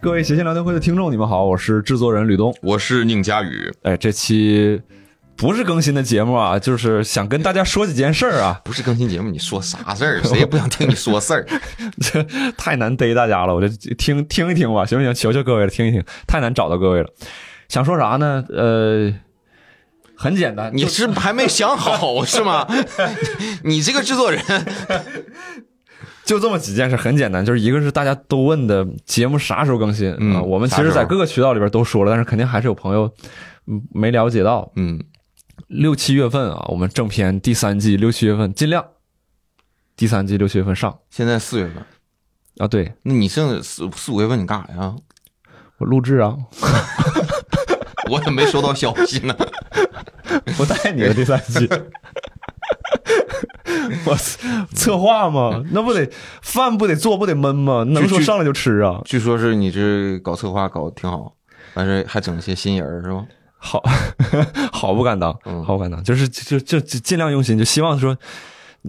各位谐星聊天会的听众，你们好，我是制作人吕东。我是宁佳宇，哎，这期不是更新的节目啊，就是想跟大家说几件事儿啊， 不是更新节目，你说啥 事儿？谁也不想听你说事 儿。这太难逮大家了，我就听听一听吧，行不行？求求各位了，听一听，太难找到各位了。想说啥呢？呃，很简单，你就是还没想好是 吗？你这个制作人，就这么几件事，很简单，就是一个是大家都问的节目啥时候更新啊、嗯我们其啥时实，候在各个渠道里边都说了，但是肯定还是有朋友嗯没了解到。嗯，六七月份啊，我们正片第三季六七月份尽量，第三季六七月份上现在四月份，啊。对那你剩四四五月份你干啥呀？我录制啊，我怎么没收到消息呢？不带你的第三季。 我策策划吗？那不得饭不得做不得焖吗？能说上来就吃啊？ 据说是你这搞策划搞得挺好，但是还整一些新人儿是吗？好， 好不敢当，嗯好不敢当，就是就就就尽量用心，就希望说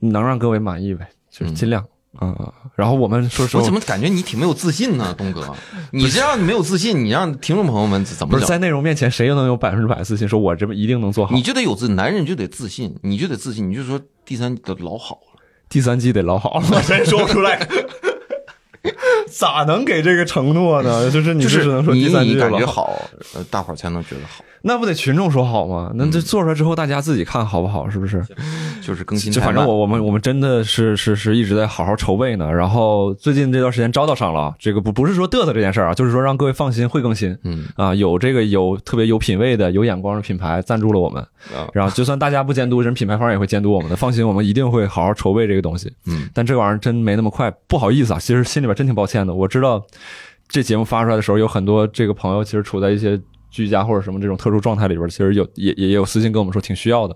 能让各位满意呗，就是尽量啊、然后我们说实嗯我话怎，么感觉你挺没有自信呢，东 哥？你这样没有自信，你让听众朋友们怎不么是整？在内容面前，谁又能有百分之百自信，说我这么一定能做好你？就得有自，男人就得自信，你就得自信，你就说第三的老好了。第三季得老好了，真说不出来。 咋能给这个承诺呢？就是你就只是能说你第三季你得感老觉好，好，呃，大伙儿才能觉得好。那不得群众说好吗？那这做出来之后，大家自己看好不好？是不是？就是更新就太反慢。正我我们我们真的是是是一直在好好筹备呢。然后最近这段时间招到上了啊，这个不不是说嘚瑟这件事儿啊，就是说让各位放心，会更新。嗯啊，有这个有特别有品位的、有眼光的品牌赞助了我们啊，然后就算大家不监督，人品牌方也会监督我们的。放心，我们一定会好好筹备这个东西。嗯，但这玩意儿真没那么快，不好意思啊，其实心里边真挺抱歉的。我知道这节目发出来的时候，有很多这个朋友其实处在一些居家或者什么这种特殊状态里边，其实有也也也有私信跟我们说挺需要的，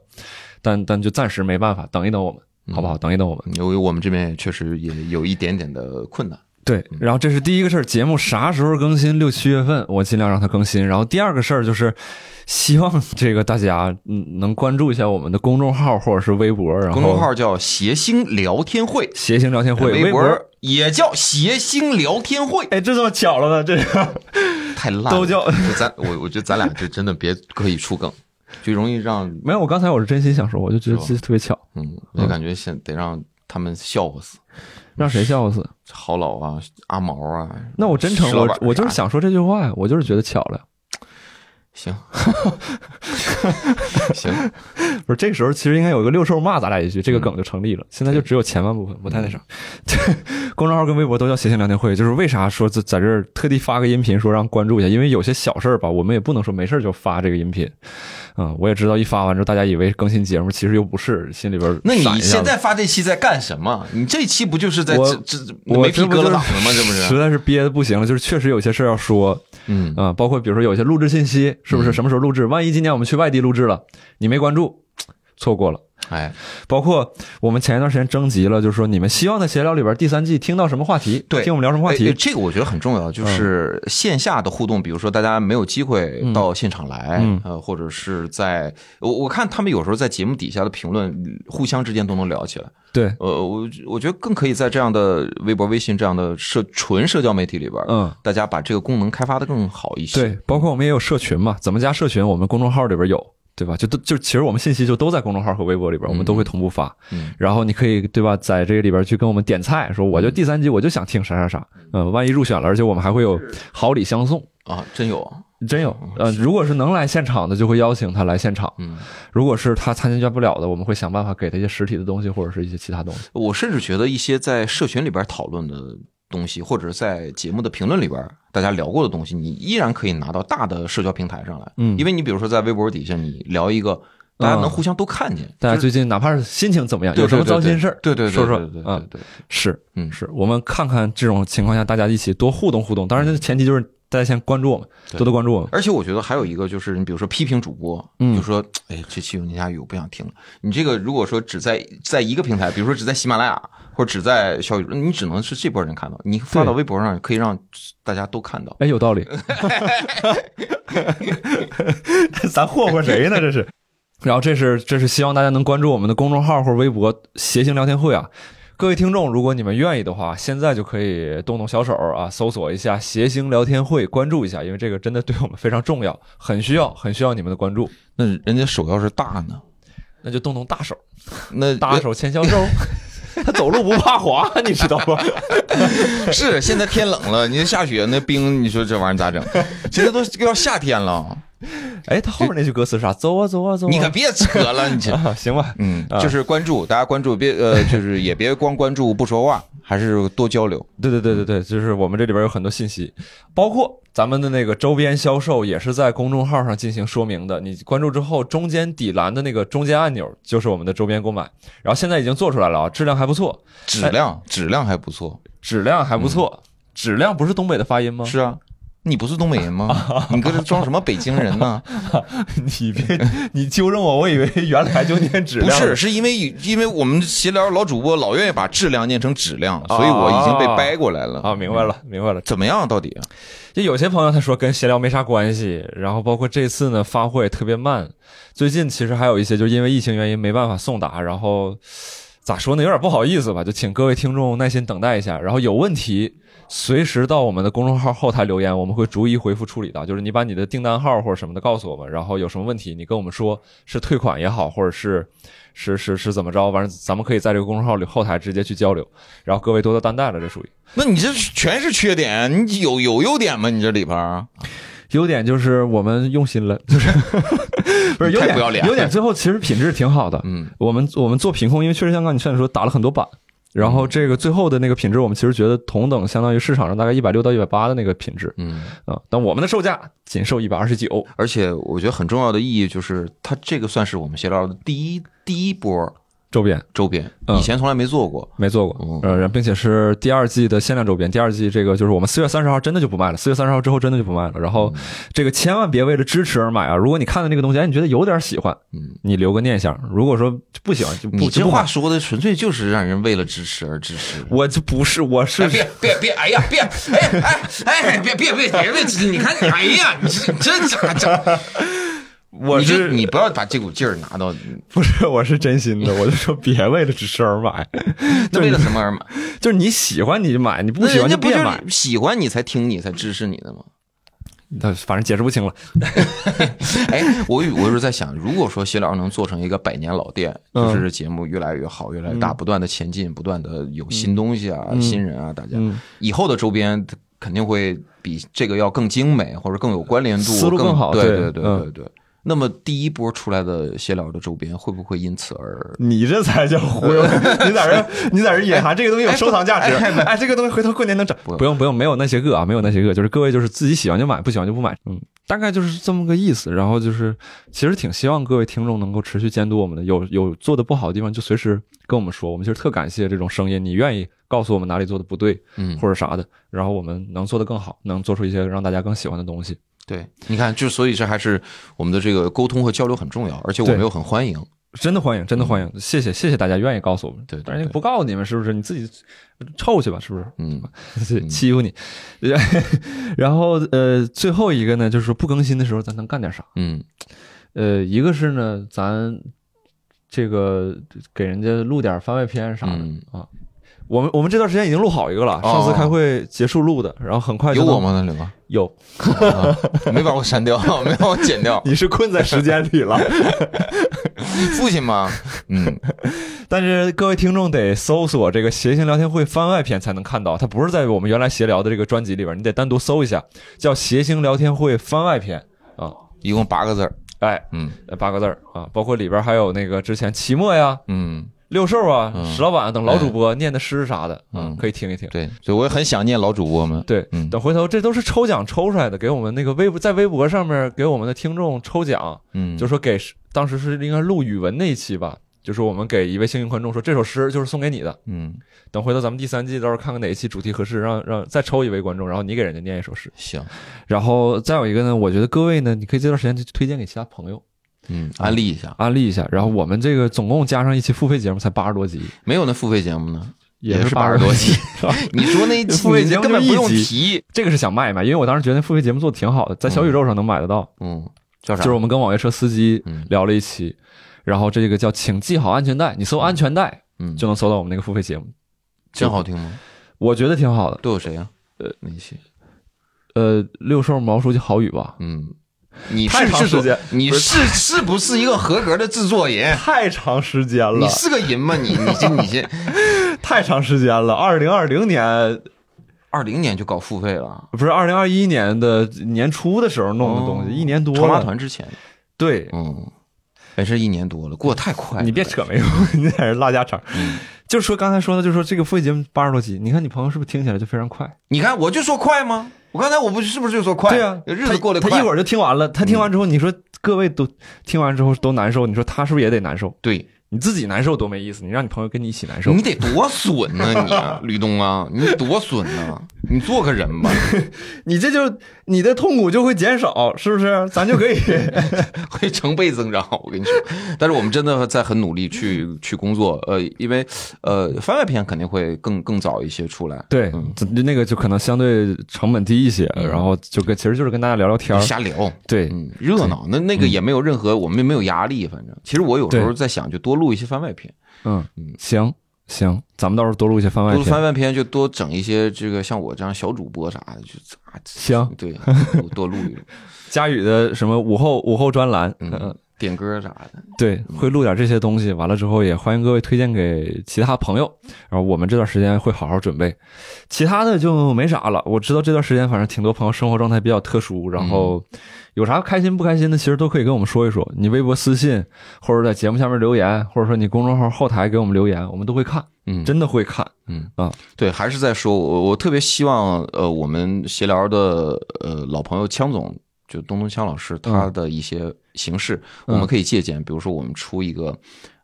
但但就暂时没办法，等一等我们。好嗯不好？等一等我们。由于我们这边也确实也有一点点的困难，对，然后这是第一个事儿，节目啥时候更新？六七月份，我尽量让它更新。然后第二个事儿就是，希望这个大家嗯能关注一下我们的公众号或者是微博，然后公众号叫“谐星聊天会谐星聊天”，会微微博。也叫“谐星聊天会哎，这这么巧了呢？这个”，太烂了，都叫就咱我我觉得咱俩就真的别可以出梗，就容易让没有，我刚才我是真心想说，我就觉得是吧这特别巧，嗯，我就感觉先得让他们笑话死，让谁笑死？郝老啊，阿毛啊，那我真诚，石老我板我就是啥想说这句话呀，我就是觉得巧了。行 行，不是，这个时候其实应该有一个六兽骂咱俩一句，这嗯个梗就成立了。现在就只有前半部分，不太那啥。嗯公众号跟微博都叫“谐星聊天会”，就是为啥说在在这儿特地发个音频说让关注一下，因为有些小事儿吧，我们也不能说没事儿就发这个音频。嗯，我也知道一发完之后，大家以为更新节目，其实又不是，心里边儿那闪你一下现子在发这期在干什么？你这期不就是在我这这我没皮这不就疙瘩党了吗？这不实是？在是憋的不行了，就是确实有些事儿要说。嗯，啊、包括比如说有一些录制信息，是不是什么时候录制？万一今年我们去外地录制了，你没关注，错过了。哎，包括我们前一段时间征集了，就是说你们希望在闲聊里边第三季听到什么话题，对听我们聊什么话哎哎题，嗯这个我觉得很重要，就是线下的互动，比如说大家没有机会到现场来，嗯呃，或者是在我我看他们有时候在节目底下的评论，互相之间都能聊起来。对，呃，我我觉得更可以在这样的微博、微信这样的社纯社交媒体里边，嗯，大家把这个功能开发的更好一些。对，包括我们也有社群嘛，怎么加社群？我们公众号里边有，对吧？就都就其实我们信息就都在公众号和微博里边，我们都会同步发。嗯然后你可以对吧，在这个里边去跟我们点菜，说我就第三集我就想听啥啥啥，嗯，万一入选了，而且我们还会有好礼相送。啊，真有啊，真有，呃，如果是能来现场的，就会邀请他来现场；嗯。如果是他参加不了的，我们会想办法给他一些实体的东西，或者是一些其他东西。我甚至觉得一些在社群里边讨论的东西，或者是在节目的评论里边大家聊过的东西，你依然可以拿到大的社交平台上来。嗯因为你比如说在微博底下，你聊一个，大家能互相都看见。大家就最是近哪怕是心情怎么样，对有什么对对糟心事儿，对对对，说说对对对啊对，对，是，嗯是我们看看这种情况下，大家一起多互动互动。当然，这前提就是大家先关注我们，对多多关注我们。而且我觉得还有一个就是，你比如说批评主播，嗯就说，哎，这期有宁佳宇，我不想听了。你这个如果说只在在一个平台，比如说只在喜马拉雅或者只在小宇宙，你只能是这波人看到。你发到对微博上，可以让大家都看到。哎，有道 理。咱霍霍谁呢？这是。然后这是这是希望大家能关注我们的公众号或者微博“谐星聊天会”啊。各位听众，如果你们愿意的话，现在就可以动动小手啊，搜索一下“谐星聊天会”，关注一下，因为这个真的对我们非常重要，很需要，很需要你们的关注。那人家手要是大呢，那就动动大手，那大手牵小手，呃 他走路不怕滑，你知道吧？是现在天冷了，你下雪那冰，你说这玩意儿咋整？现在都要夏天了， 哎，他后面那句歌词是啥？走啊走啊走啊！你可别扯了，你这。啊，行吧，嗯啊，就是关注，大家关注，别呃，就是也别光关注不说话，还是多交流。对对对对对，就是我们这里边有很多信息，包括咱们的那个周边销售也是在公众号上进行说明的。你关注之后，中间底栏的那个中间按钮就是我们的周边购买，然后现在已经做出来了啊，质量还不错，质量质量还不错，质量还不错，质量嗯不是东北的发音吗？是啊。你不是东北人哦吗？你搁这装什么北京人呢？ 你别你纠正我，我以为原来就念 质不量，是，是因为因为我们闲聊老主播老愿意把质量念成质量，所以我已经被掰过来了嗯啊，明白。了，明白了。怎么样？啊到底就有些朋友他说跟闲聊没啥关系，然后包括这次呢发货也特别慢，最近其实还有一些就是因为疫情原因没办法送达，然后咋说呢，有点不好意思吧，就请各位听众耐心等待一下，然后有问题随时到我们的公众号后台留言，我们会逐一回复处理的，就是你把你的订单号或者什么的告诉我们，然后有什么问题你跟我们说，是退款也好，或者是是是是怎么着，反正咱们可以在这个公众号里后台直接去交流，然后各位多多担待了，这属于。那你这全是缺点，你有有优点吗？你这里边儿啊优点就是我们用心了，就是 不是优太点不要脸了优点最后其实品质挺好的。嗯，我们我们做品控，因为确实像刚你像你说打了很多版，然嗯后这个最后的那个品质，我们其实觉得同等相当于市场上大概一百六到一百八的那个品质嗯，啊，但我们的售价仅售一百二十九。而且我觉得很重要的意义就是，它这个算是我们闲聊的第一第一波周边周边，嗯以前从来没做过。没做过哦，呃，然后并且是第二季的限量周边，第二季这个就是我们四月三十号真的就不卖了，四月三十号之后真的就不卖了。然后嗯这个千万别为了支持而买啊！如果你看的那个东西，哎，你觉得有点喜欢，嗯，你留个念想；如果说不喜欢，就不你就这不买话说的纯粹就是让人为了支持而支持。我就不是，我是哎别别别！哎呀，别！哎哎哎！别别别别别！你看，哎呀，你这你这咋整？我你就是你不要把这股劲儿拿到，不是我是真 心的，我就说别为了支持而买，那为了什么而买？就是你喜欢你就买，你不那喜人欢家就不别买。就是喜欢你才听你才支持你的吗？那反正解释不清了，哎，我有我是在想，如果说闲聊能做成一个百年老店，嗯就是节目越来越好，越来越大，不断的前进，不断的有新东西啊、新人啊，大家嗯以后的周边肯定会比这个要更精美，或者更有关联度，思路更好对对对对嗯对对。那么第一波出来的闲聊的周边会不会因此而？你这才叫忽 悠！你在这，你在这隐含这个东西有收藏价值。哎，这个东西回头过年能整。不用不用，没有那些个啊，没有那些个，就是各位就是自己喜欢就买，不喜欢就不买。嗯，大概就是这么个意思。然后就是，其实挺希望各位听众能够持续监督我们的，有有做的不好的地方就随时跟我们说。我们其实特感谢这种声音，你愿意告诉我们哪里做的不对，嗯，或者啥的，然后我们能做得更好，能做出一些让大家更喜欢的东西。对，你看，就所以这还是我们的这个沟通和交流很重要，而且我对们又很欢迎。真的欢迎，真的欢迎，谢谢谢谢大家愿意告诉我们。嗯对对但是对不告诉你们是不是？你自己臭去吧，是不是？嗯，欺负你。 然后呃，最后一个呢，就是说不更新的时候咱能干点啥？嗯，呃，一个是呢，咱这个给人家录点番外篇啥的、嗯哦啊。我们我们这段时间已经录好一个了，上次开会结束录的，然后很快就有能我？吗？那里吗？有，啊没把我删掉， 没把我剪掉。你是困在时间里 了。父亲吗？嗯，但是各位听众得搜索这个“谐星聊天会”番外篇才能看到，它不是在我们原来闲聊的这个专辑里边，你得单独搜一下，叫“谐星聊天会”番外篇啊。一共八个字儿。哎，嗯呃八个字儿啊，包括里边还有那个之前期末呀、嗯，六兽啊、嗯石老板等老主播念的诗啥的，啊嗯可以听一听。对，所以我也很想念老主播们。对，嗯等回头这都是抽奖抽出来的，给我们那个微博在微博上面给我们的听众抽奖，嗯，就说给当时是应该录语文那一期吧，就是我们给一位幸运观众说这首诗就是送给你的，嗯，等回头咱们第三季到时候看看哪一期主题合适，让让再抽一位观众，然后你给人家念一首诗。行，然后再有一个呢，我觉得各位呢，你可以这段时间就推荐给其他朋友嗯，安利一下。安利一下。然后我们这个总共加上一期付费节目才八十多集，没有那付费节目呢， 是八八十十多多集。集。你说那一期付费节目你根本就一不用集提。 这个是想卖一卖，因为我当时觉得付费节目做的挺好的，在小宇宙上能买得到。嗯，叫啥？就是我们跟网约车司机嗯聊了一期，然后这个叫“请系好安全带”，你搜“安全带”嗯，就能搜到我们那个付费节目。这样好听吗？我觉得挺好的。都有谁呀、呃，哪些？呃，六兽、毛书记、郝宇吧，嗯，你太是长制作时间，你是是不是一个合格的制 作人？ 太长时间你是个人吗？你你这你这太长时间了。二零二零年二零年就搞付费了，不是二零二一年的年初的时候弄的东西，哦一年多长了。沙团之前，对，嗯，本身一年多了，过得太快了。你别扯没用， 你在这拉家常。嗯就说刚才说的，就是说这个付费节目八十多集，你看你朋友是不是听起来就非常快？你看我就说快吗？我刚才我不是不是就说快？对呀、啊，日子过得他快。他一会儿就听完了，他听完之后，你说各位都听完之后都难受，你说他是不是也得难受？对你自己难受多没意思，你让你朋友跟你一起难受你。得多损 呐、你、啊、吕东啊，你多损呐、你做个人吧， 你这就你的痛苦就会减少，是不是？咱就可以会成倍增长。我跟你说，但是我们真的在很努力去去工作，呃，因为呃番外篇肯定会更更早一些出来，对嗯，这那个就可能相对成本低一些，然后就跟其实就是跟大家聊聊天儿。瞎聊，对，嗯，热闹。那那个也没有任何，我们也没有压力，反正其实我有时候在想，就多录一些番外篇，嗯嗯，行行，咱们到时候多录一些番多外录篇。番外篇就多整一些这个像我这样小主播啥的，就啊，行， 对，多录一录，佳宇的什么午后午后专栏，嗯，点歌啥的。对，会录点这些东西。完了之后，也欢迎各位推荐给其他朋友。然后我们这段时间会好好准备，其他的就没啥了。我知道这段时间反正挺多朋友生活状态比较特殊，然后嗯有啥开心不开心的，其实都可以跟我们说一说。你微博私信，或者在节目下面留言，或者说你公众号后台给我们留言，我们都会看，嗯，真的会看。嗯啊，对，还是在说我我特别希望呃，我们闲聊的呃老朋友枪总，就东东枪老师嗯他的一些形式，我们可以借鉴，比如说我们出一个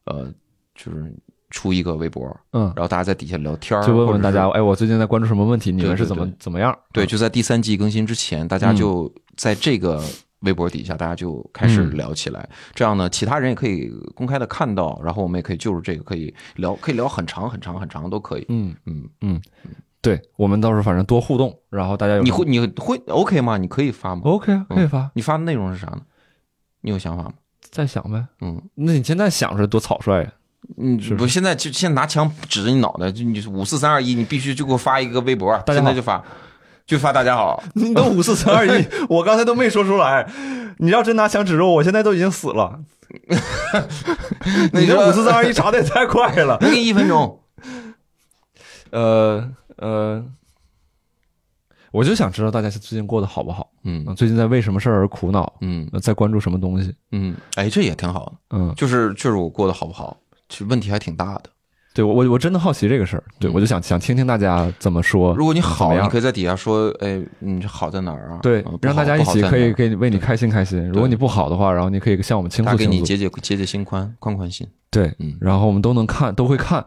呃，就是出一个微博，嗯然，后大家在底下聊天儿，就问或者问是大家，哎，嗯我最近在关注什么问题？你们是怎么对对怎么样？对，就在第三季更新之前，大嗯家就在这个微博底下，大家就开始嗯聊起来。这样呢，其他人也可以公开的看到，然后我们也可以就是这个可以聊，可以聊很长很长很长都可以。嗯，嗯，对，我们到时候反正多互动，然后大家有你什么会你会 OK 吗？你可以发吗？ OK 啊，可以发，你发的内容是啥呢？你有想法吗？再想呗。嗯，那你现在想出来多草率呀、啊你嗯是不现在就现在拿枪指着你脑袋，就你五四三二一，你必须就给我发一个微博，家好现在就发，就发大家 好。 你都五四三二 一，我刚才都没说出来。你要真拿枪指着我，我现在都已经死 了。那你说这五四三二一查的也太快了。我给你一分钟， 呃呃，我就想知道大家最近过得好不好，嗯最近在为什么事儿而苦恼，嗯呃在关注什么东西。嗯，哎，这也挺好的。嗯，就是就是我过得好不好，其实问题还挺大的。对我我我真的好奇这个事儿，对我就想想听听大家怎么说。如果你嗯怎么好，样你可以在底下说，哎，你这好在哪儿啊？对啊不好，让大家一不好起在哪儿可以给你为你开心开心。如果你不好的话，然后你可以向我们倾大家诉给你倾诉。解解解解心宽，宽宽心。对，嗯，然后我们都能看，都会看。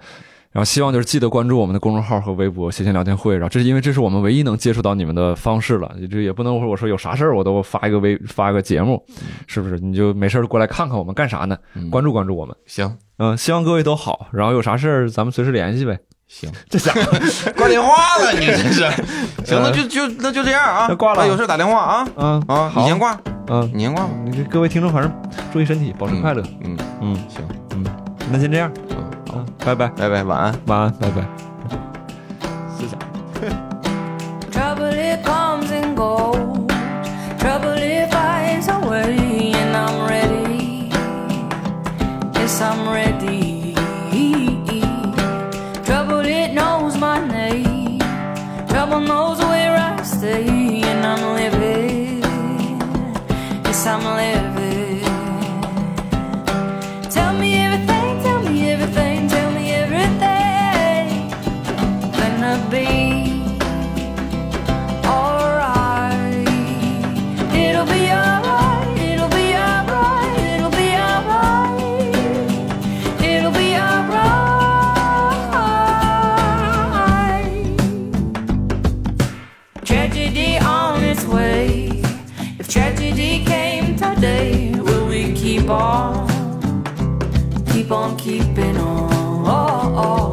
然后希望就是记得关注我们的公众号和微博“斜线聊天会”。然后这是因为这是我们唯一能接触到你们的方式了，也就也不能说我说有啥事儿我都发一个微发一个节目，是不是？你就没事儿过来看看我们干啥呢？嗯关注关注我们，行嗯，希望各位都好。然后有啥事儿咱们随时联系呗。 行，这家伙，挂电话了，你这是。 行，那就就那就这样啊，那挂了那有事打电话啊嗯啊，你好，先挂，嗯，你先挂吧。你这各位听众反正注意身体，保持快乐。嗯，嗯行，嗯，那先这样，嗯，嗯，拜拜，拜拜，晚安。晚安，拜拜。 Trouble it comes and goes. Trouble it finds a way, and I'm ready. Yes, I'm ready. Trouble it knows my name. Trouble knows where I stay, and I'm living. Yes, I'm living. Tell me everything, tell me everything, tell me everything. Gonna be alright. It'll be alright. It'll be alright. It'll be alright. It'll be alright. Tragedy on its way. If tragedy came today, Oh, Oh,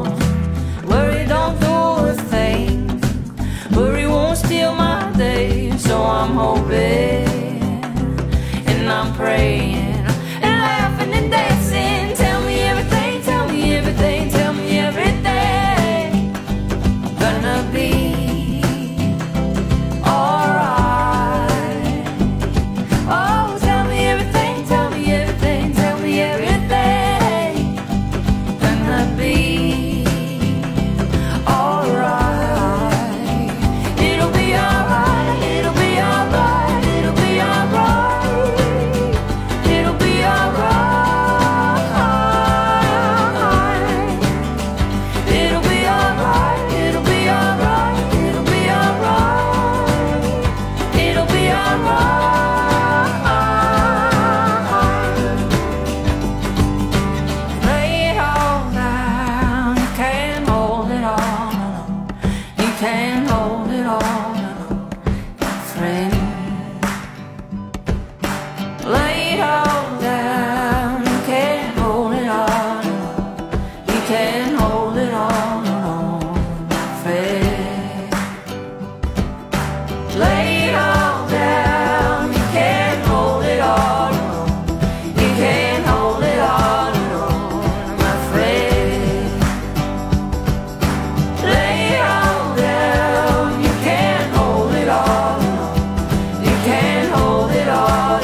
Oh,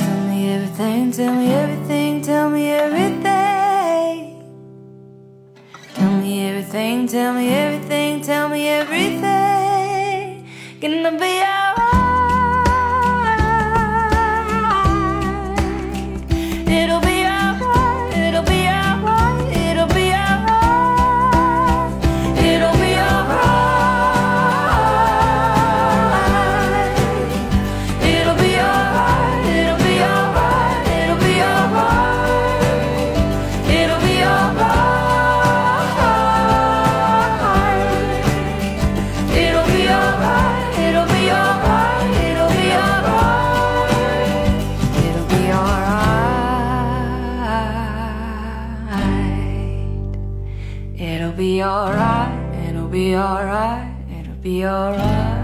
tell me everything, tell me everything. Gonna be alright. It'll be alright, it'll be alright, it'll be alright. It'll be alright. It'll be alright, it'll be alright, it'll be alright. It'll be alright. It'll be alright, it'll be alright, it'll be alright. It'll be alright. It'll be alright, it'll be alright, it'll be alright.